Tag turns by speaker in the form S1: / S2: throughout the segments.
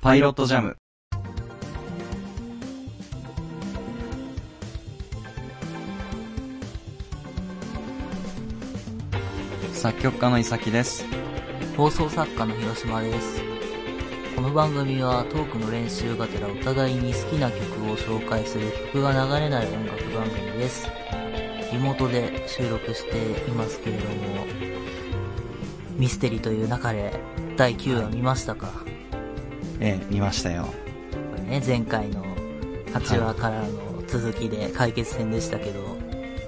S1: パイロットジャム。作曲家のいさきです。
S2: 放送作家の広島です。この番組はトークの練習がてらお互いに好きな曲を紹介する曲が流れない音楽番組です。リモートで収録していますけれども、ミステリーという中で第9話見ましたか、
S1: ええ、見ましたよ。
S2: これね、前回の8話からの続きで解決戦でしたけど、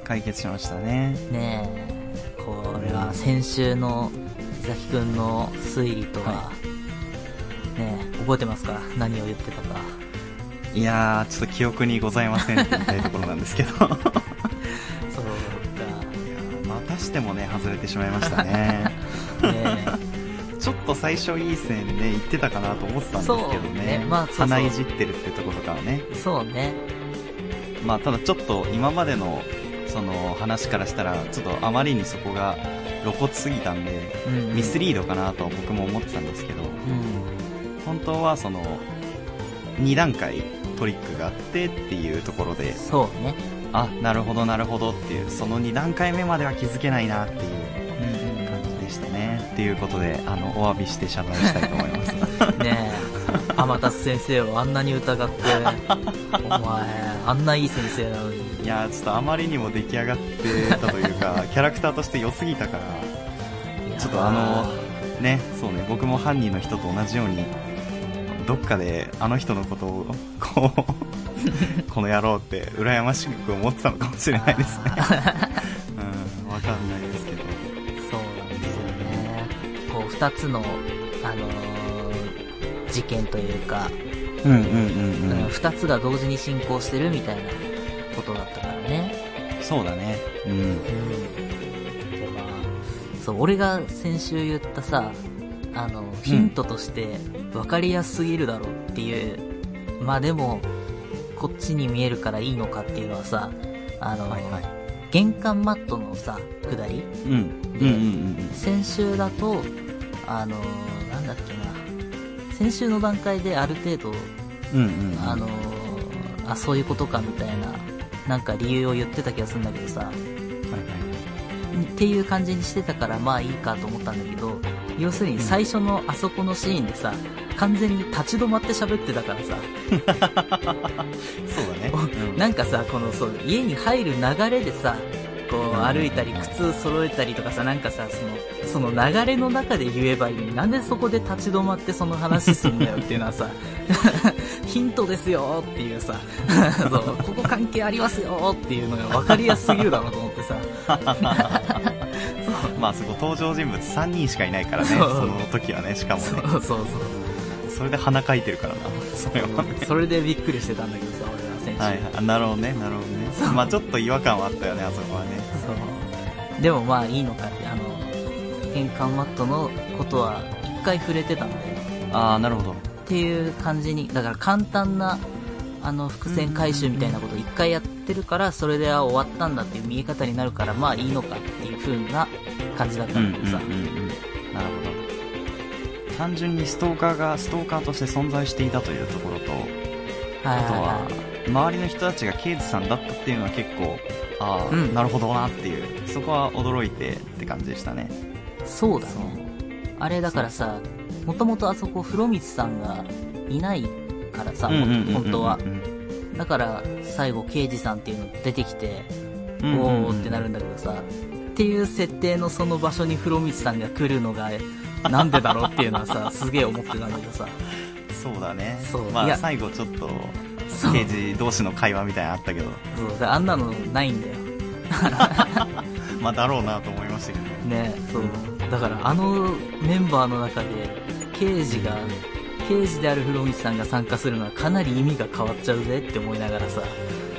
S1: 解決しましたね。
S2: ねえ、これは先週の伊崎くんの推理とは、
S1: は
S2: ねえ、覚えてますか何を言ってたか。
S1: いやー、ちょっと記憶にございませんって言いたいところなんですけど。 いや
S2: そう
S1: ーまたしてもね、外れてしまいましたね。
S2: か。ね
S1: ちょっと最初いい線で言ってたかなと思ったんですけど
S2: そう
S1: ね。
S2: ねまあそうそう
S1: 鼻いじってるってところとかはね。
S2: え、そうね。
S1: まあ、ただちょっと今までの、その話からしたら、ちょっとあまりにそこが露骨すぎたんで、
S2: うん
S1: ミスリードかなとは僕も思ってたんですけど、
S2: うん。
S1: 本当はその、2段階トリックがあってっていうところで、
S2: そうね。
S1: あ、なるほどなるほどっていう、その2段階目までは気づけないなっていう
S2: うん
S1: 感じでしたね。っていうことで、あの、お詫びして謝罪したいと思います。
S2: うん。ね え、天達先生をあんなに疑って、お前、あんないい先生なのに。
S1: いやーちょっとあまりにも出来上がってたというか、キャラクターとして良すぎたから、
S2: いやー
S1: ちょっとあのね、そうね、僕も犯人の人と同じように、どっかであの人のことを、こう、この野郎って羨ましく思ってたのかもしれないですね。うん、わかんないですけど。
S2: そうなんですよね。こう、二つの、あのー事件というか、
S1: うんうん
S2: 二、つが同時に進行してるみたいなことだったからね。
S1: そうだね。うん。
S2: うん。で、まあ、そう、俺が先週言ったさ、あの、ヒントとして、分かりやすすぎるだろうっていう、まあでも、こっちに見えるからいいのかっていうのはさ、あの、
S1: はいはい。
S2: 玄関マットのさ、下り
S1: うん。うんうんうん
S2: 先週だと、あのーなんだっけな、先週の段階である程度、
S1: うん。うんうん。
S2: あのーあ、そういうことかみたいな、なんか理由を言ってた気がするんだけどさ、
S1: はいはい。
S2: っていう感じにしてたからまあいいかと思ったんだけど、要するに最初のあそこのシーンでさ、完全に立ち止まって喋ってたからさ、
S1: そうだね。うん
S2: なんかさ、このそう、家に入る流れでさ、こう歩いたり
S1: うん
S2: 靴揃えたりとかさ、なんかさ、その、その流れの中で言えばいいのに、なんでそこで立ち止まってその話すんだよっていうのはさ、 ヒントですよっていうさ、 そう、ここ関係ありますよっていうのが分かりやすすぎるだろうと思ってさ、
S1: まあそこ登場人物3人しかいないからね、
S2: そう
S1: その時はね、しかも
S2: そ
S1: ね。
S2: うそうそう。
S1: それで鼻かいてるからな、それはね。
S2: それでびっくりしてたんだけどさ、俺は先週。
S1: はいはい、あなるほどね、なるほどね。まあちょっと違和感はあったよね、あそこはね。
S2: そう。でもまあいいのかって、あの、玄関マットのことは一回触れてたんだよ。
S1: ああ、なるほど。
S2: っていう感じに、だから簡単な、あの、伏線回収みたいなことを一回やってるから、それでは終わったんだっていう見え方になるから、まあいいのかっていう風な感じだった
S1: うんうんん
S2: だ
S1: う
S2: け
S1: んう
S2: ど
S1: ん
S2: さ。。
S1: なるほど。単純にストーカーがストーカーとして存在していたというところと、
S2: はい
S1: あ
S2: はい
S1: とは
S2: は、
S1: 周りの人たちが刑事さんだったっていうのは結構、ああ、
S2: うん
S1: なるほどなっていう、そこは驚いてって感じでしたね。
S2: い。そうだね。あれだからさ、もともとあそこ、風呂光さんがいないからさ、
S1: うんうんうんうんうん
S2: 本当は
S1: う。ん
S2: だから、最後、刑事さんっていうの出てきて、
S1: うんうん
S2: おーってなるんだけどさ、っていう設定のその場所に風呂光さんが来るのが、なんでだろうっていうのはさ、すげえ思ってたんだけどさ、
S1: そうだね。
S2: そう
S1: ま
S2: い
S1: あ
S2: や
S1: 最後ちょっと、
S2: そう
S1: 刑事同士の会話みたいなのあったけど、
S2: そうだからあんなのないんだよ。
S1: まあだろうなと思いましたけどね。
S2: ね、そう。だからあのメンバーの中で、刑事が、刑事である風呂光さんが参加するのはかなり意味が変わっちゃうぜって思いながらさ、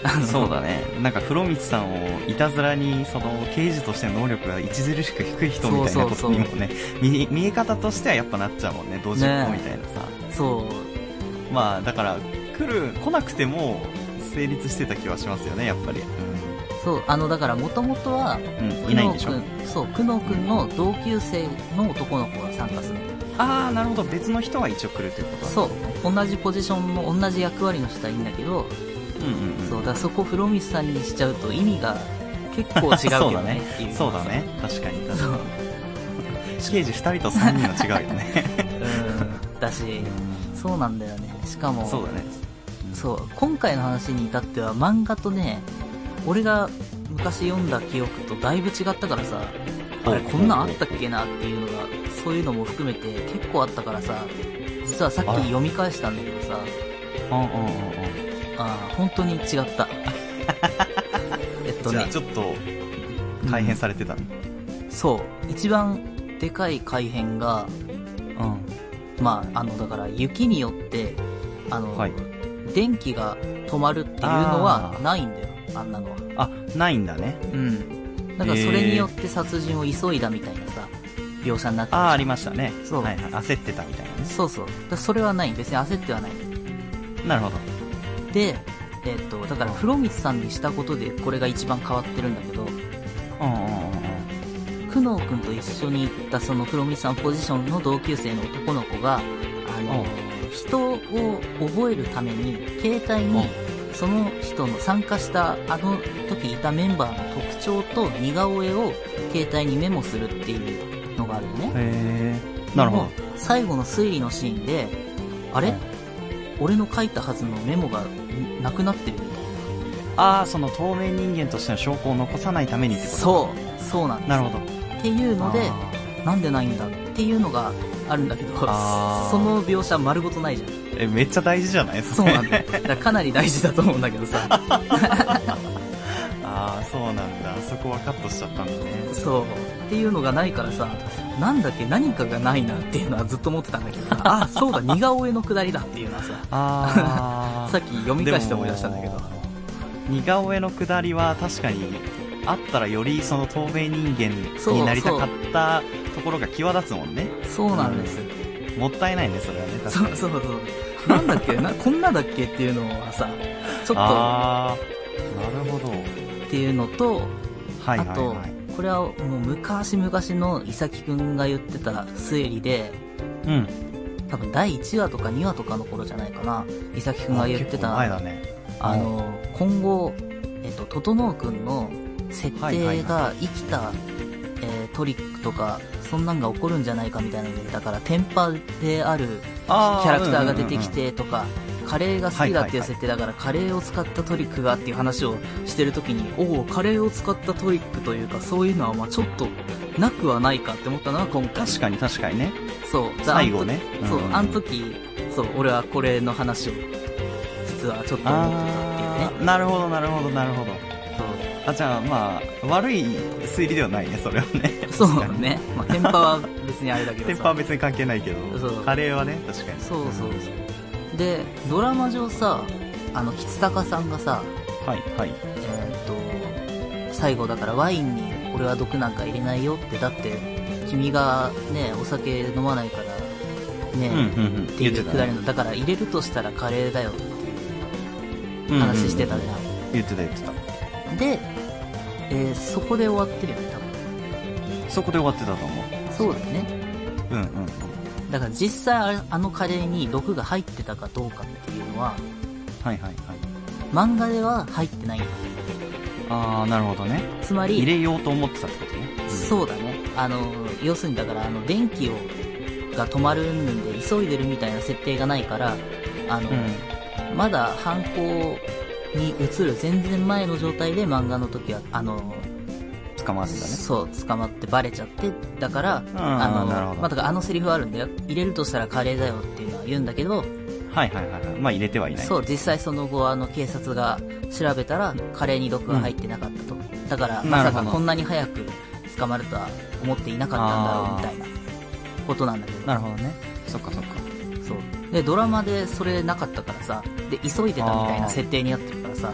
S2: あの
S1: そうだね。なんか、風呂光さんをいたずらに、その、刑事としての能力が著しく低い人みたいなことにもね、見見え方としてはやっぱなっちゃうもんね、同時っ子みたいなさ。
S2: そう、
S1: まあ、だから、来る、来なくても、成立してた気はしますよね、やっぱり。
S2: そう、あのだから元々は、
S1: うん。うん、
S2: 久
S1: いないん
S2: 能
S1: でしょ
S2: 君、そう、久能君の同級生の男の子が参加するんだよ。
S1: ああなるほど別の人は一応来るということだ
S2: そう同じポジションの同じ役割の人はいいんだけど、
S1: うんうんうん
S2: そうだからそこフロミスさんにしちゃうと意味が結構違うけ
S1: そう
S2: ど
S1: だ
S2: ね
S1: ね
S2: って い
S1: そうだね確かに確
S2: そ
S1: か
S2: う
S1: に刑事2人と3人は違うよね
S2: うんだしそうなんだよねしかも
S1: そうだね
S2: そう今回の話に至っては漫画とね俺が昔読んだ記憶とだいぶ違ったからさあれこんなんあったっけなっていうのがそういうのも含めて結構あったからさ実はさっき
S1: あら
S2: 読み返したんだけどさ
S1: うんうんうんうん
S2: ああ本当に違った えっと
S1: じゃあ
S2: ね
S1: ちょっと改変されてたね
S2: そう一番でかい改変が
S1: うん
S2: まああのだから雪によってあの、
S1: はい
S2: 電気が止まるっていうのは
S1: あー
S2: ないんだよあんなのは
S1: あないんだね
S2: うん。だからそれによって殺人を急いだみたいなさ、描写になってるじゃん
S1: ああありましたね
S2: そう
S1: はいはい、焦ってたみたいなね
S2: そうそう。だからそれはない。別に焦ってはない。
S1: なるほど
S2: で、えっと、だから、風呂光さんにしたことで、これが一番変わってるんだけど、
S1: うんうんうんうん
S2: 久能君と一緒に行ったその風呂光さんポジションの同級生の男の子が、あの、人を覚えるために、携帯に、その人の参加したあの時いたメンバーの特徴と似顔絵を携帯にメモするっていうのがあるよね。
S1: へえなるほど
S2: でも最後の推理のシーンで、あれ、
S1: うん
S2: 俺の書いたはずのメモがんなくなってるみたい
S1: ああその透明人間としての証拠を残さないためにっ
S2: な。
S1: てこと
S2: そう、そうなんです。
S1: なるほど
S2: っていうので、
S1: あ
S2: なんでないんだっていうのがあるんだけど、そ
S1: あー
S2: の描写丸ごとないじゃん。
S1: ーえめっちゃ大事じゃないそれ
S2: そうなんだよ。だからかなり大事だと思うんだけどさ。
S1: ああそうなんだそこはカットしちゃったんだね
S2: そう。っていうのがないからさ、なんだっけ何かがないなっていうのはずっと思ってたんだ けどさ、あ、そうだ、似顔絵のくだりだっていうのはさ、
S1: あ
S2: さっき読み返して思い出したんだけど。
S1: 似顔絵のくだりは確かにあったらよりその透明人間
S2: そう
S1: になりたかったところが際立つもんね
S2: そうなんです。
S1: もったいないねそれはね確
S2: そ
S1: か
S2: う
S1: に
S2: そうそう。なんだっけな、こんなだっけっていうのはさ、ちょっと
S1: ああなるほど
S2: っていうのと、
S1: はいはい
S2: あと
S1: はい、
S2: これはもう昔々の伊崎くんが言ってた推理で、
S1: うん
S2: 多分第1話とか2話とかの頃じゃないかな、伊崎くんが言って
S1: 結構前だ
S2: た、
S1: ね
S2: あの、今後、えっと、整くんの設
S1: はいはい
S2: 定が生きた、えートリックとか、そんなんが起こるんじゃないかみたいなので、だから、テンパである
S1: キャ
S2: キャラクターが出てきてとか、カレーが好きだっていう設定だから、カレーを使ったトリックがっていう話をしてるときに、おお、カレーを使ったトリックというか、そういうのはまあちょっとなくはないかって思ったのは今回。
S1: 確かに確かにね
S2: そう。だ
S1: 最後ね
S2: あん時そう
S1: う、んうん
S2: あの時、そう、俺はこれの話を、実はちょっと思ってた
S1: あ
S2: っ
S1: ーなるほどなるほどなるほど
S2: ていうね。
S1: あじゃあまあ悪い推理ではないねそれはね
S2: そう。そうね。まあ、テンパは別にあれだけど さ。
S1: テンパは別に関係ないけど
S2: そう
S1: カレーはね確かに
S2: そうそうそう。で、ドラマ上さ、あの、吉高さんがさ、
S1: はいはい
S2: えーっと最後だからワインに俺は毒なんか入れないよってだって君がねお酒飲まないからね、
S1: うんうんうん
S2: っていうくだり
S1: ね
S2: のだから入れるとしたらカレーだよっていう話してたじゃん、
S1: 言ってた言ってた
S2: で、えーそこで終わってるよね多分
S1: そこで終わってたと思う
S2: そうだよね
S1: うんうん
S2: だから実際あれあのカレーに毒が入ってたかどうかっていうのは
S1: はいはいはい
S2: 漫画では入ってないんだよ
S1: ああなるほどね
S2: つまり
S1: 入れようと思ってたってことね
S2: そうだね。あの、要するにだから、あの、電気を、が止まるんで、急いでるみたいな設定がないから、あの、
S1: う
S2: まだ犯行に移る全然前の状態で漫画の時は、あの、
S1: ん捕まってたね
S2: そう、捕まってバレちゃって、だか
S1: な
S2: ら、
S1: る
S2: あ
S1: ほ
S2: の、
S1: ど
S2: まあだからあのセリフはあるんだよ。入れるとしたらカレーだよっていうのは言うんだけど、
S1: はいはいはいはいまあ入れてはいない
S2: そう、実際その後、あの、警察が調べたら、カレーに毒が入ってなかったと。だから、まさ
S1: な
S2: か
S1: るほど
S2: こんなに早く捕まるとは思っていなかったんだろう、みたいなことなんだけど。
S1: るほどねそっかそっか
S2: そう。で、ドラマでそれなかったからさ、で、急いでたみたいな設定になってるからさ、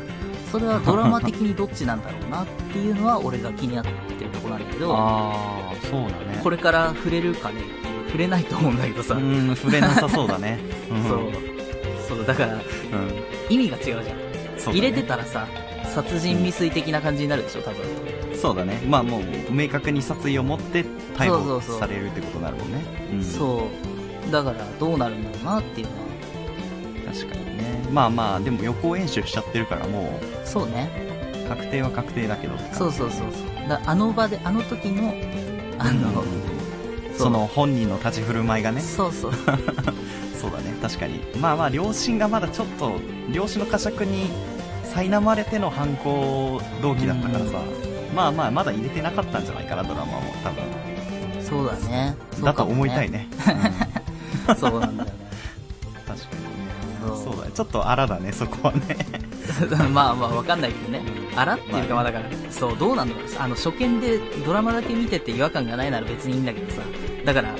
S2: それはドラマ的にどっちなんだろうなっていうのは、俺が気になってるとこなんだけど、
S1: ああそうだね
S2: これから触れるかねっていう触れないと思うんだけど
S1: う
S2: さ、
S1: ん触れなさそうだ ねうん
S2: そう。そう、だから、
S1: うん
S2: 意味が違うじゃ
S1: そう
S2: ん。
S1: だね
S2: 入れてたらさ、殺人未遂的な感じになるでしょ、多分。
S1: そうだねまあもう明確に殺意を持って逮
S2: そう
S1: 捕
S2: そうそう
S1: されるってことになるもんねうん
S2: そう。だからどうなるんだろうなっていうのは
S1: 確かにねまあまあでも予行演習しちゃってるからも
S2: そうね
S1: う確定は確定だけどって感じ
S2: そうそうそうそうだあの場であの時のあの、
S1: うんその本人の立ち振る舞いがね
S2: そうそう
S1: そうだね確かにまあまあ両親がまだちょっと両親の呵責に苛まれての犯行動機だったからさ、まあまあまだ入れてなかったんじゃないかなドラマも多分
S2: そうだねそう
S1: だ
S2: か
S1: と
S2: も
S1: 思いたい ね
S2: そうなんだよね
S1: 確か
S2: そう
S1: にそうだねちょっと荒だねそこは ね
S2: まあまあわかんないけどねあらっていうかまあだからそうどうなんだろうあの初見でドラマだけ見てて違和感がないなら別にいいんだけどさだから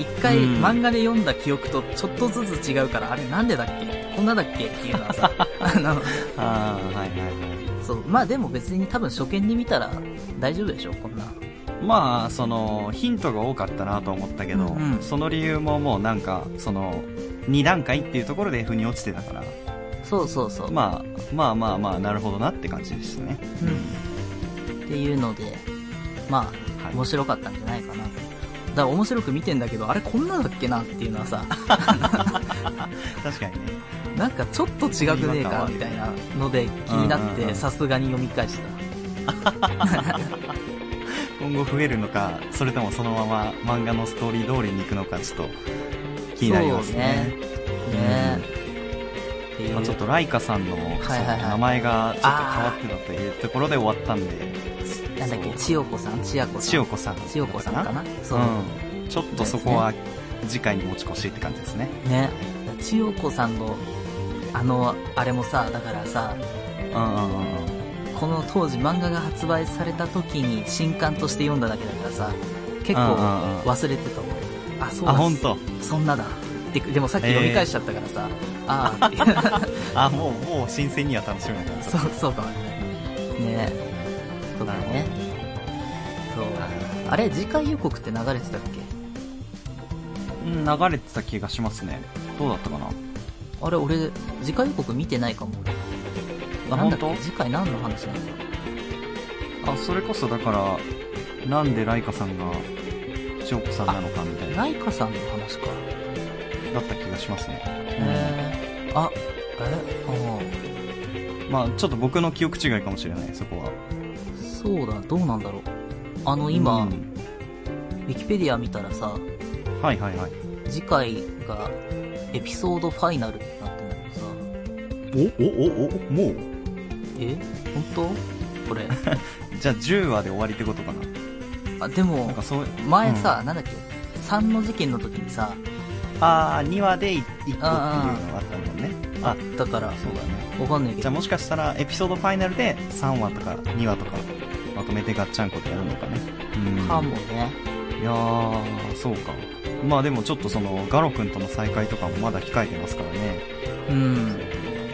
S2: 一回
S1: うん
S2: 漫画で読んだ記憶とちょっとずつ違うからあれなんでだっけこんなだっけっていうのは さあの
S1: ああはいはいは
S2: そうまあでも別に多分初見で見たら大丈夫でしょこんない
S1: まあそのヒントが多かったなと思ったけど、
S2: うんうん
S1: その理由ももうなんかその2段階っていうところで腑に落ちてたから
S2: そうそうそう、
S1: まあまあまあまあなるほどなって感じですね
S2: うん、っていうのでまあ
S1: はい
S2: 面白かったんじゃないかなだから面白く見てんだけどあれこんなだっけなっていうのはさ
S1: 確かにね
S2: なんかちょっと違くねえかみたいなので気になっ
S1: うんうんう
S2: て
S1: ん
S2: さすがに読み返した
S1: 今後増えるのかそれともそのまま漫画のストーリー通りに行くのかちょっと気になりますね
S2: そうねっていう
S1: まあ、ちょっとライカさんの、
S2: はいはい
S1: そう名前がちょっと変わってたというところで終わったんで
S2: なんだっけ
S1: そう
S2: 千代子さん千代子さん
S1: 千代子さん
S2: 千代子さんかなそう、
S1: うん、ちょっとそこは次回に持ち越しって感じですね
S2: ね千代子さんのあのあれもさだからさ
S1: うんうんうんうん
S2: この当時漫画が発売された時に新刊として読んだだけだからさ結
S1: うんうんうん
S2: 構忘れてた俺あそう
S1: あ
S2: だ
S1: 本当
S2: そんなだででもさっき読み返しちゃったか らさ、ああって
S1: あもうもう新鮮には楽しめなかった
S2: そうそうかもねねとかねそうあれ次回予告って流れてたっ
S1: う
S2: け
S1: ん流れてた気がしますねどうだったかな
S2: あれ俺次回予告見てないかも
S1: あ
S2: なんだっ
S1: 本
S2: け
S1: 当
S2: 次回何の話なんだ
S1: あそれこそだからなんでライカさんが千代子さんなのかみたいな
S2: ライカさんの話か
S1: だった気がしますね、
S2: へえあえ
S1: まあちょっと僕の記憶違いかもしれないそこは
S2: ああそうだどうなんだろうあの今、
S1: うん
S2: ウィキペディア見たらさ、
S1: はいはいはい
S2: 次回がエピソードファイナルってなってんだけどさ、
S1: おおおおもう
S2: え本当これ。
S1: じゃあ10話で終わりってことかな
S2: あ、で
S1: なん
S2: も
S1: か、そう
S2: 前さ、なんだっけ、3の事件の時にさ、
S1: ああ2話で1個っていうのがあったもんねあ
S2: だから、
S1: そうだね
S2: わかんないけ
S1: じゃあ
S2: ど、
S1: もしかしたらエピソードファイナルで3話とか2話とかまとめてガッチャンコってやるのかねうん
S2: かもね。
S1: いやーそうかまあでもちょっとそのガロ君との再会とかもまだ控えてますからね
S2: うん。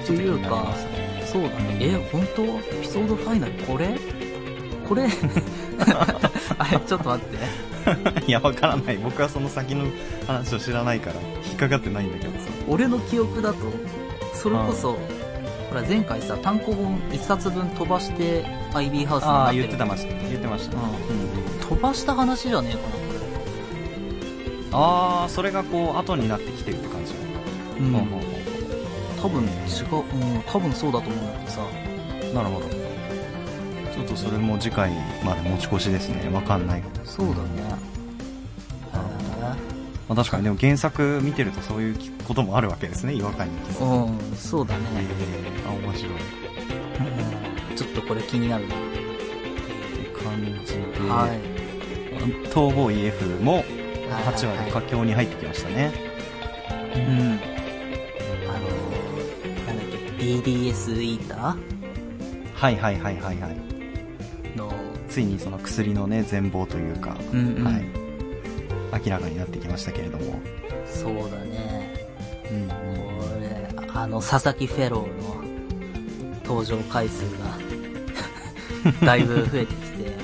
S1: ちょっと気になりますね
S2: そうだね。え、本当エピソードファイナルこれこれ あれ、ちょっと待って。
S1: いや、わからない。僕はその先の話を知らないから、引っかかってないんだけどさ。
S2: 俺の記憶だと、それこそ、ほら前回さ、単行本1冊分飛ばして IB ハウスになってる
S1: 言ってたまし、言ってました。うん。
S2: 飛ばした話じゃねえかなこ
S1: あー、それがこう、後になってきてるって感じ。
S2: れ、
S1: う
S2: うんん
S1: うん
S2: 多分違う、うん、多分そうだと思うんだけどさ
S1: うんなるほど。ちょっとそれも次回まで持ち越しですね。わかんない。
S2: そうだね
S1: まあ、確かに、でも原作見てるとそういうこともあるわけですね。違和感に気づ
S2: へ
S1: く。
S2: えうんそうだね、
S1: あ、面白い。っ
S2: うんちょっとこれ気になるな、
S1: て感じで、
S2: はい
S1: 逃亡 EF も
S2: はい
S1: 8話で
S2: は
S1: 佳境に入ってきましたね。
S2: いうんあのーなんだっけ DDS イータ
S1: はいはいはいはいはい。
S2: ーの
S1: ついにその薬のね全貌というか、
S2: うんうん
S1: はい、明らかになってきましたけれども、
S2: そうだね
S1: うん
S2: これあの佐々木フェローの登場回数 がだいぶ増えてきて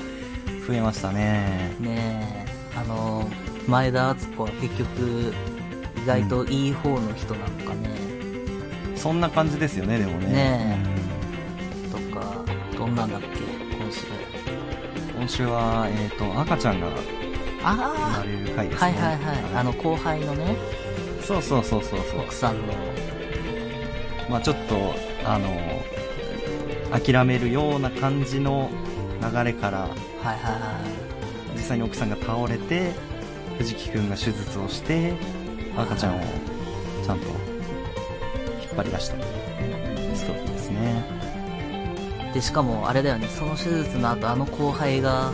S1: 増えましたね
S2: ねえあの前田敦子は結局意外といい方の人なのかね、
S1: そんな感じですよねでもね
S2: ねとかどんなんだっけ今週
S1: うん今週は、えっと赤ちゃんが
S2: あ
S1: 生まれる回で
S2: あ
S1: す
S2: は
S1: ね
S2: いはいはいあの後輩のね
S1: そうそうそうそうそう
S2: 奥さんの、
S1: まあちょっとあの諦めるような感じの流れから
S2: はいはいは
S1: 実際に奥さんが倒れて藤木くんが手術をして赤ちゃんをちゃんと引っ張り出したストーリーですね
S2: い。で、しかもあれだよね、その手術の後あの後輩が、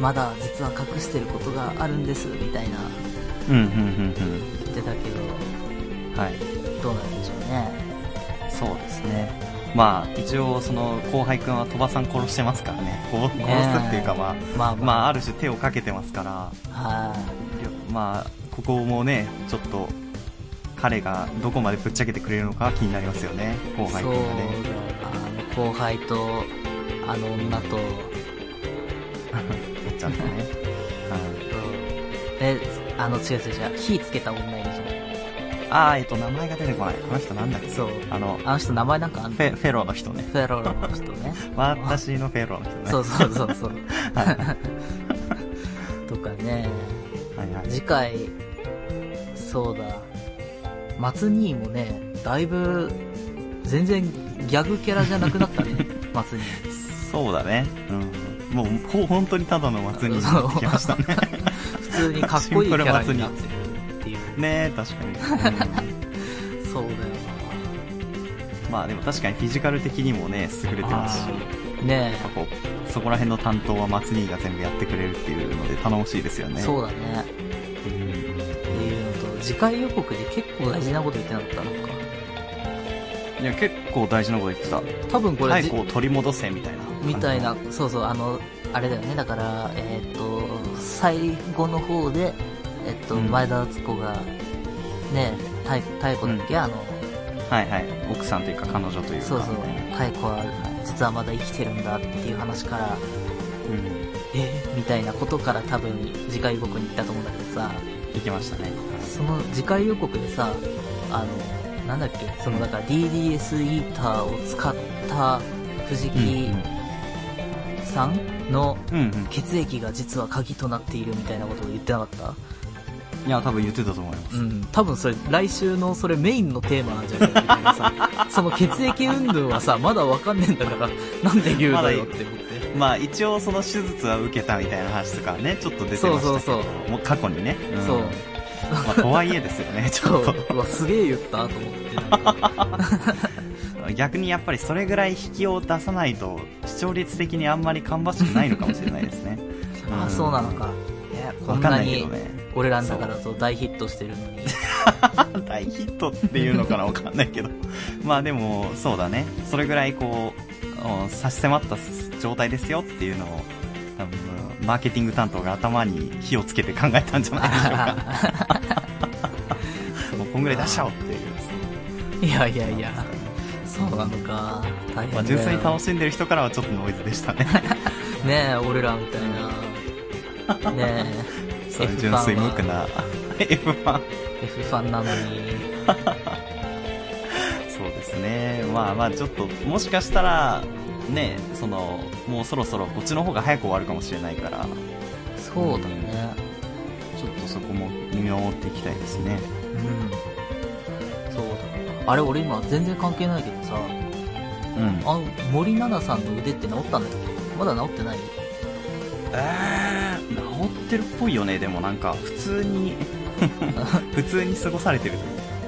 S2: まだ実は隠してることがあるんです、みたいな
S1: うんうんうん
S2: 言ってたけど、
S1: うんはい
S2: どうなんでしょうね。
S1: そうですねまあ一応その後輩くんは鳥羽さん殺してますからねこう
S2: ねえ
S1: 殺すっていうかま
S2: まあ
S1: あまあある種手をかけてますから
S2: あ、はい。
S1: いやまあここもねちょっと彼がどこまでぶっちゃけてくれるのか気になりますよね後輩くんがね
S2: そうだよなあの後輩とあの女と、
S1: ぶっちゃんとね、うん
S2: えあの違う違う違う火つけた女いるじ
S1: あー、えっと、名前が出てこない。あの人なんだっけ
S2: そう
S1: あの
S2: ゃ、んあの人名前なんかあんの
S1: フェ、フェロの人ね。
S2: フェロロの 人ね
S1: 私のフェロの人ね。
S2: そうそうそうそう
S1: はいはい
S2: とかね
S1: はいはい。
S2: 次回そうだ松兄もねだいぶ全然ギャグキャラじゃなくなった ね松兄
S1: そうだね。うん。もう、ほ、本当にただの祭りになってきましたね。
S2: 普通にかっこいいキャラになってるっていう
S1: ねえ、確かに。うん
S2: そうだよ
S1: まあでも確かにフィジカル的にもね、優れて
S2: な
S1: ますし、
S2: あーねえ
S1: やっぱこう、そこら辺の担当は松兄が全部やってくれるっていうので頼もしいですよね。。
S2: そううだね。
S1: ん、
S2: っていうのと、次回予告で結構大事なこと言ってなかったのか。
S1: いや、結構大事なこと言ってた。
S2: 多分これ、
S1: はい、
S2: じ
S1: こう取り戻せみたいな。
S2: みたいな。、そうそう、あの、あれだよね。だから、えーっ、と、最後の方で、えーっ、と、
S1: うん
S2: 前田敦子が、ね、太太鼓だっけ、あの、
S1: はいはい。奥さんというか彼女というか。
S2: そうそう、太鼓は実はまだ生きてるんだっていう話から、
S1: うん。
S2: えみたいなことから多分次回予告に行ったと思うんだけどさ、
S1: 行きましたね。
S2: その次回予告でさ、あの、なんだっけ、そのだから DDS イーターを使った藤木さんの
S1: うん、うん。
S2: 血液が実は鍵となっているみたいなことを言ってなかった
S1: いや、多分言ってたと思います。
S2: うん、多分それ来週のそれメインのテーマなんじゃないかなさ、 その血液運動はさ、まだわかんねえんだから、なんで言うだよって思って。
S1: まあ、一応その手術は受けたみたいな話とかはね、ちょっと出てましたけど。
S2: そうそう
S1: もう過去にね。ん
S2: そう。
S1: まあ、とはいえですよね、ち
S2: そ
S1: ょっ
S2: う、うわ、すげえ言ったと思って、なんか、
S1: と。逆にやっぱりそれぐらい引きを出さないと、視聴率的にあんまり芳しくないのかもしれないですね。ん
S2: あ、そうなのか。え、こ
S1: わ
S2: ん
S1: かん
S2: な
S1: ないけ
S2: に
S1: どね。
S2: 俺らの中だと大ヒットしてるのに。
S1: 大ヒットっていうのかなわかんないけど。 まあでも、そうだね。それぐらいこう、うん差し迫った状態ですよっていうのを、多分、マーケティング担当が頭に火をつけて考えたんじゃないでしょうか。 もうこんぐらい出しちゃおうっていう。
S2: いやいやいや、そうなのか。大変だよ
S1: まあ、純粋に楽しんでる人からはちょっとノイズでしたね。
S2: ねえ、俺らみたいな。ね
S1: そういう
S2: F
S1: 純粋無垢な F ファン。
S2: え、F ファンなのに。
S1: そうですね。まあまあちょっと、もしかしたら、ね、その、もうそろそろこっちの方が早く終わるかもしれないから、
S2: そうだね。
S1: ちょっとそこも見守っていきたいですね。
S2: うん。そうだ。あれ、俺今全然関係ないけどさ、
S1: うん。
S2: あの、森七菜さんの腕って治ったんだっけまだ治ってない
S1: えー、治ってるっぽいよね。でもなんか、普通 に、普通に過ごされてる。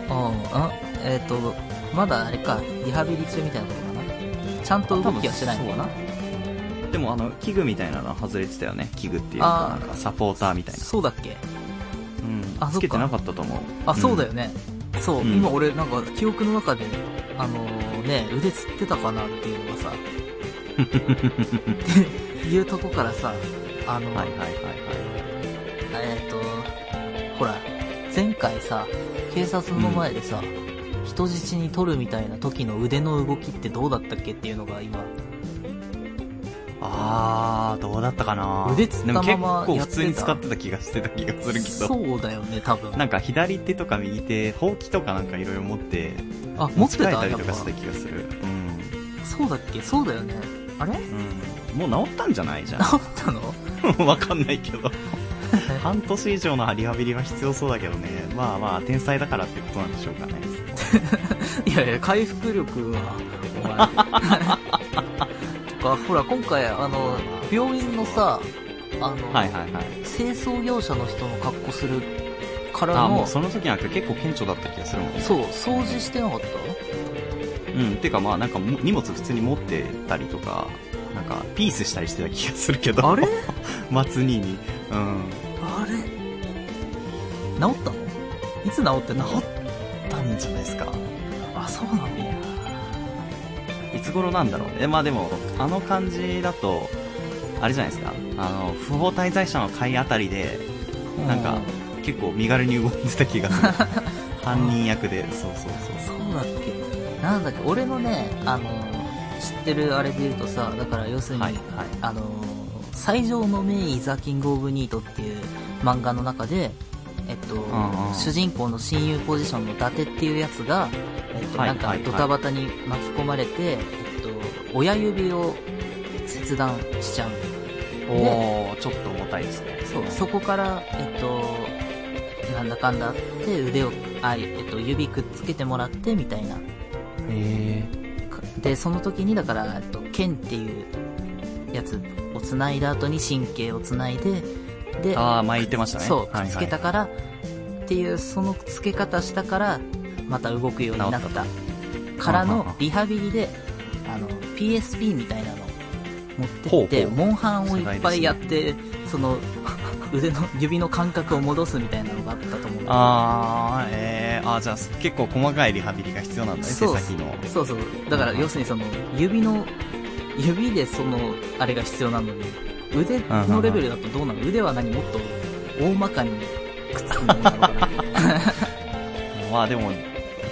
S2: うん、あえっ、と、まだあれか、リハビリ中みたいなことかな。ちゃんと動きはしてないのかな
S1: でもあの、器具みたいなのは外れてたよね。器具っていうか
S2: あ、ー
S1: なんかサポーターみたいな。
S2: そうだっけ
S1: うん。
S2: あそっか
S1: つけてなかったと思う。
S2: あ、そうだ
S1: よ。
S2: よね。そう、
S1: うん
S2: 今俺なんか記憶の中で、あのね、腕つってたかなっていうのが さ、っていうとこからさ、あの、
S1: はいはいはいはい。
S2: えーっ、と、ほら、前回さ、警察の前でさ、人質に取るみたいな時の腕の動きってどうだったっけっていうのが今、
S1: あー、どうだったかな
S2: 腕つったまま
S1: でも結構
S2: や
S1: 普
S2: ってた
S1: 通に使ってた気がしてた気がするけど。
S2: そうだよね、多分。
S1: なんか左手とか右手、ほうきとかなんかいろいろ持って、
S2: あ、持
S1: 持
S2: っ
S1: ち
S2: て
S1: 帰
S2: た
S1: ったり
S2: やっ
S1: とか
S2: ぱ
S1: してた気がする。うん。
S2: そうだっけそうだよね。あれ治っ
S1: うん。もう治ったんじゃないじゃん。
S2: たの
S1: わかんないけど。半年以上のリハビリは必要そうだけどねまあまあ天才だからってことなんでしょうかね
S2: いやいや、回復力は、お前。 ほら、今回、あの、病院のさ、あの、
S1: はいはいはい
S2: 清掃業者の人の格好するから
S1: あも
S2: の、
S1: う
S2: そ
S1: その時なんか結構顕著だった気がするもんね
S2: う、掃除してなかった
S1: うんてかまあなんかも荷物普通に持ってたりとかなんかピースしたりしてた気がするけど
S2: あれ
S1: 松兄にうん
S2: あれ治ったのいつ治ってた
S1: 治
S2: の
S1: ったんじゃないですか
S2: あ、そうなの
S1: いつ頃なんだろうね。まあでも、あの感じだと、あれじゃないですか。あの、不法滞在者の会あたりで、なんか
S2: う
S1: 結構身軽に動いてた気がする。 犯人役で、そうそう
S2: そうだっけなんだっけ俺のね、あの、知ってるあれで言うとさ、だから要
S1: そ
S2: する
S1: う。
S2: に、
S1: はい、はい。
S2: あの最上の名医ザ・キング・オブ・ニートっていう漫画の中で、えっと
S1: んうん
S2: 主人公の親友ポジションの伊達っていうやつが、えっと
S1: はい
S2: なんか
S1: はいはい
S2: ドタバタに巻き込まれて、えっと、親指を切断しちゃう
S1: おー、ちょっと重たいですね。
S2: そうそこから、えっと、なんだかんだあって腕をあ、えっと、指くっつけてもらってみたいな
S1: へ
S2: でその時にだから、えっと、剣っていうやつをつないだ後に神経をつないでで
S1: あー、前言ってましたね。
S2: そう
S1: はい
S2: くっつけた
S1: はい
S2: から、っていうそのくっつけ方したからまた動くようになっ
S1: 治った
S2: から
S1: うんうんう
S2: の
S1: ん
S2: リハビリであの PSP みたいなのを持ってって
S1: ほうほう
S2: モンハンをいっぱいやって、その 腕の指の感覚を戻すみたいなのがあったと思うんだけど
S1: あー、えー、あー、じゃあ結構細かいリハビリが必要なんだね、手
S2: そう
S1: 先の。
S2: そうそうだから要するにその指の指でそのあれが必要なのに腕のレベルだとどうなの腕は何もっと大まかにくっつくものなのかな
S1: まあでも、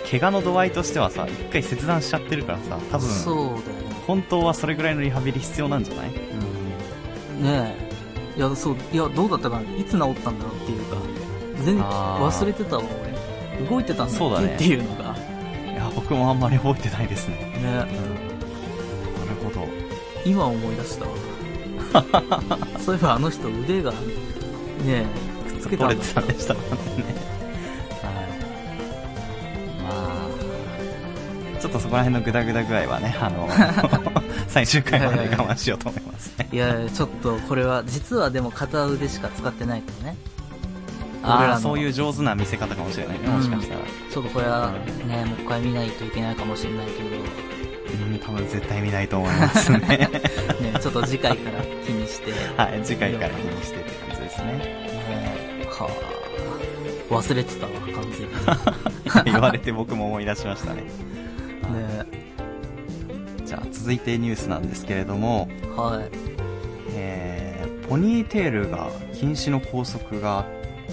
S1: 怪我の度合いとしてはさ、一回切断しちゃってるからさ、多分、
S2: そうだよね
S1: 本当はそれぐらいのリハビリ必要なんじゃない
S2: ねえいやそういやどうだったかないつ治ったんだろうっていうか全然
S1: あー
S2: 忘れてたわ俺動いてたんだ
S1: そうだ
S2: っけ、
S1: ね
S2: っていうのが
S1: いや、僕もあんまり覚えてないですね。
S2: ね
S1: なるほど。
S2: 今思い出 したわそういえばあの人腕がねえくっつけたんだ
S1: 取れてたんでしたもんね。はい。まあ、ちょっとそこら辺のグダグダ具合はね、あの、最終回まで我慢しようと思いますね。
S2: いやいやちょっとこれは実はでも片腕しか使ってないからね俺ら
S1: あ
S2: の
S1: あ、そういう上手な見せ方かもしれないね、もしかしたら。
S2: ちょっとこれはねもう一回見ないといけないかもしれないけ
S1: うん、多分絶対見ないと思いますね。
S2: ど、 ね、ちょっと次回から気にして、ね
S1: はい、次回から気にしてって感じです ね。
S2: はあ忘れてたわ完全に
S1: 言われて僕も思い出しましたね。
S2: ね
S1: じゃあ、続いてニュースなんですけれども、
S2: はい
S1: えーポニーテールが禁止の拘束が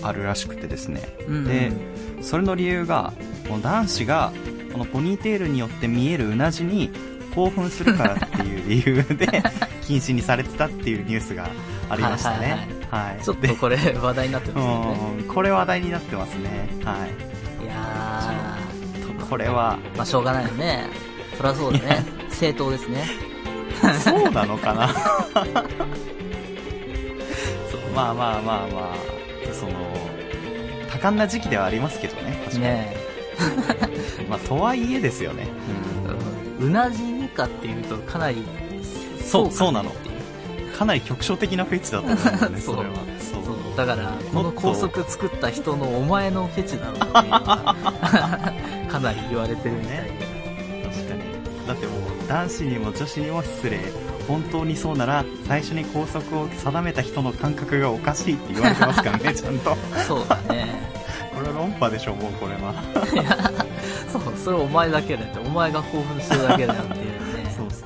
S1: あるらしくてですね。
S2: うん
S1: で、それの理由が、もう男子が、このポニーテールによって見えるうなじに興奮するからっていう理由 で、禁止にされてたっていうニュースがありましたね。はい
S2: ちょっ
S1: で
S2: とこれ話題になってますよね
S1: うん、これ話題になってますね。はい
S2: や
S1: い。とこれは、
S2: ーまあしょうがないよねそりゃそうだね正当ですね
S1: そうなのか なそうまあまあまあまあ、その、多感な時期ではありますけどね、確かに。
S2: ね
S1: まあ、とはいえですよね。
S2: うなじにかっていうとかなり
S1: そう
S2: か
S1: そうなの
S2: っていう
S1: かなり局所的なフェチだったと思うんです、
S2: そ
S1: そうれは。そう
S2: そうだからこ
S1: も
S2: の
S1: っと
S2: 高速作った人のお前のフェチだろっていうの がかなり言われてるみたいで
S1: 確かに。だってもう、男子にも女子にも失礼。本当にそうなら、最初に校則を定めた人の感覚がおかしいって言われてますから ね、ちゃんと。こ
S2: そうだね
S1: れは論破でしょ、もうこれは。
S2: そうそれお前だけだよってお前が興奮してるだけだよっていうね
S1: そうそうそう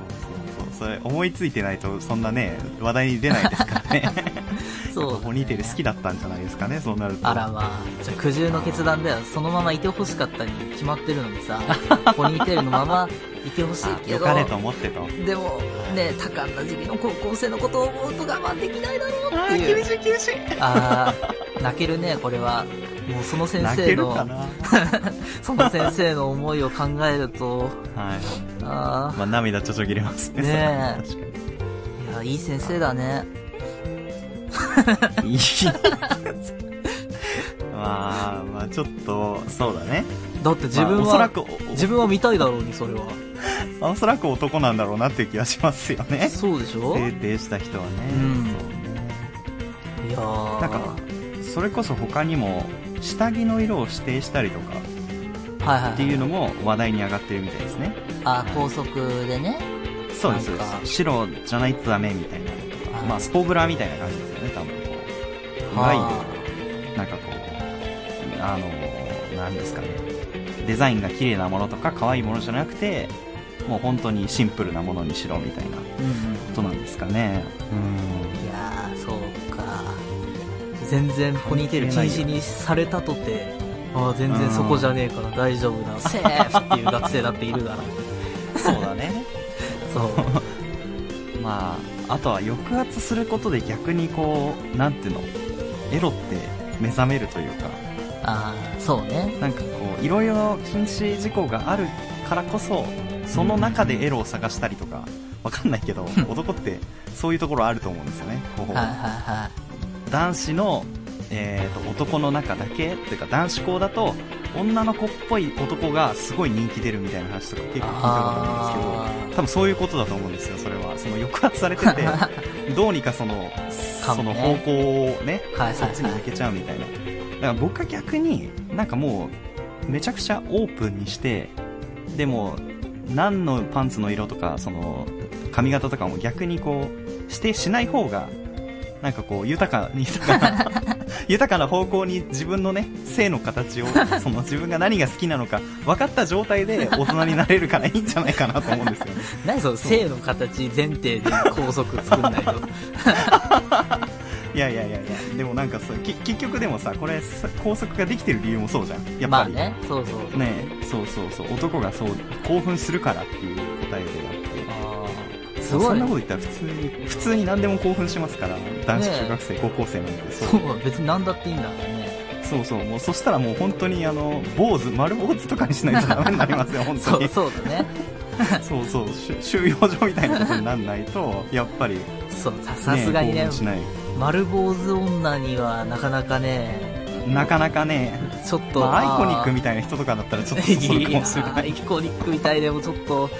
S1: そう。それ、思いついてないと、そんなね、話題に出ないですからね。
S2: そう
S1: やっぱポニーテール好きだったんじゃないですかね、そうなると。
S2: あらまあ、じゃあ苦渋の決断だよ。そのままいてほしかったに決まってるのに さ、ポニーテールのままいてほしい
S1: あ
S2: け
S1: よ
S2: ど、
S1: かれと思ってと。
S2: でもね、多感な時期の高校生のことを思うと我慢できないだろ
S1: あ
S2: うっていう。
S1: しい厳しい。
S2: あー泣けるね、これは。もうその先
S1: 泣
S2: 生
S1: けるか
S2: の、
S1: な
S2: その先生の思いを考えると、
S1: はい。
S2: あ
S1: まあ、涙ちょちょぎれますね。
S2: ねえ
S1: 確かに。
S2: あ、いや、いい先生だね。
S1: いい まあ、まあちょっと、そうだね。
S2: だって自分
S1: まあおそら
S2: は、
S1: く、お
S2: 自分は見たいだろうに、それは。
S1: おそらく男なんだろうなっていう気がしますよね。
S2: そうでしょ
S1: 制定した人はね。
S2: うん
S1: そうね
S2: いやー。
S1: なんかそれこそ他にも、下着の色を指定したりとか
S2: はいはい。
S1: っていうのも話題に上がってるみたいですね。
S2: あ、高速でね。
S1: そうです、そうで
S2: なんか
S1: す。白じゃないとダメみたいなのとか、
S2: はい
S1: まあスポブラみたいな感じですよね、多分こう。いわゆる
S2: は
S1: なんかこう、あのなんですかね、デザインが綺麗なものとか可愛いものじゃなくて、もう本当にシンプルなものにしろみたいなこ
S2: あうんうん。
S1: となんですかね。
S2: いやー、そうか。全然ポニーテール禁止にされたとて、あー全然そこじゃねえから大丈夫 だ、セーフっていう学生だっているから。
S1: うん。そうだね。
S2: そう。
S1: まあ、あとは抑圧することで逆にこう、なんていうの、エロって目覚めるというか、
S2: あー、そうね。
S1: なんかこう、いろいろ禁止事項があるからこそ、その中でエロを探したりとか、わかんないけど、男ってそういうところあると思うんですよね。こう
S2: はいはいはい。
S1: 男子の、えー、と男の中だけっていうか男子校だと女の子っぽい男がすごい人気出るみたいな話とか結構聞いたことあるんですけど多分そういうことだと思うんですよそれはその抑圧されて てどうにかその
S2: か
S1: その
S2: もね
S1: 方向をね
S2: はいはいはい
S1: そっちに向けちゃうみたいなだから僕は逆になんかもうめちゃくちゃオープンにしてでも何のパンツの色とかその髪型とかも逆にこう指定しない方がなんかこう豊かに豊か な豊かな方向に自分のね性の形をその自分が何が好きなのか分かった状態で大人になれるからいいんじゃないかなと思うんです よね
S2: 何その性の形前提で高速作ん ないと。
S1: いやいやいやいやでもなんかそうき結局でもさこれさ拘束ができてる理由もそうじゃんやっ
S2: ま
S1: ぱ
S2: あ
S1: り、
S2: ね、そうそう。
S1: ねそうそうそう男がそう興奮するからっていう答えであって
S2: あーすご
S1: そん
S2: い
S1: なこと言ったら普通に普通に何でも興奮しますから男子中学生、高校生なんて
S2: そ
S1: そう
S2: う、別に何だっていいんだからね。
S1: そうそうもうそしたらもう本当にあの坊主丸坊主とかにしないとダメになります よ本当
S2: そう、
S1: に
S2: そうだね。
S1: そうそうし収容所みたいなことにならないとやっぱり、ね、
S2: そう、さ さすがにね
S1: 興奮、しない
S2: 丸坊主女にはなかなかね、
S1: なかなかね、
S2: ちょっと、
S1: まあ、アイコニック
S2: み
S1: みたいな人とかだったらちょっと
S2: たい
S1: それかもしれない
S2: アイコニックみたいでもちょっと、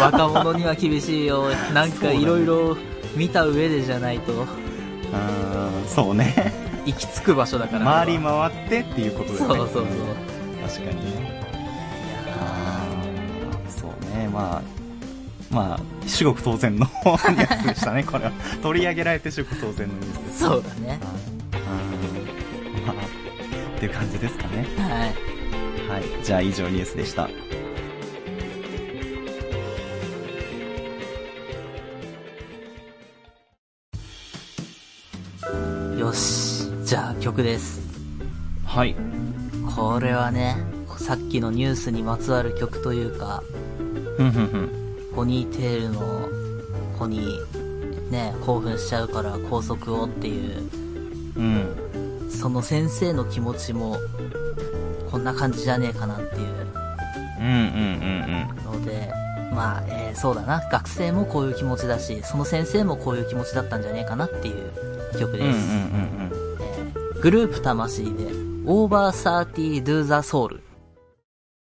S2: 若者には厳しいよ。なんかいろいろ見た上でじゃないと、
S1: うーんそうね
S2: 行き着く場所だから。
S1: 回り回ってっていうことだよね
S2: そうそうそ
S1: 確
S2: う。
S1: かにね
S2: いや
S1: そうねまあまあ至極当然のニュースで したねこれは取り上げられて至極当然のニュースで
S2: ー
S1: す
S2: そうだね。
S1: うんまあっていう感じですかね
S2: はい。
S1: はいじゃあ以上ニュースでした
S2: よし。じゃあ曲です。
S1: はい
S2: これはね、さっきのニュースにまつわる曲というか、
S1: ふんふんふん
S2: ポニーテールの子にね、興奮しちゃうから拘束をっていう、
S1: うん
S2: その先生の気持ちも、こんな感じじゃねえかなっていう
S1: うんうん
S2: ので、まあ、えーそうだな、学生もこういう気持ちだし、その先生もこういう気持ちだったんじゃねえかなっていう曲
S1: うんうんうん
S2: です。
S1: うんうん
S2: えーグループ魂で、Over 30 Do the Soul。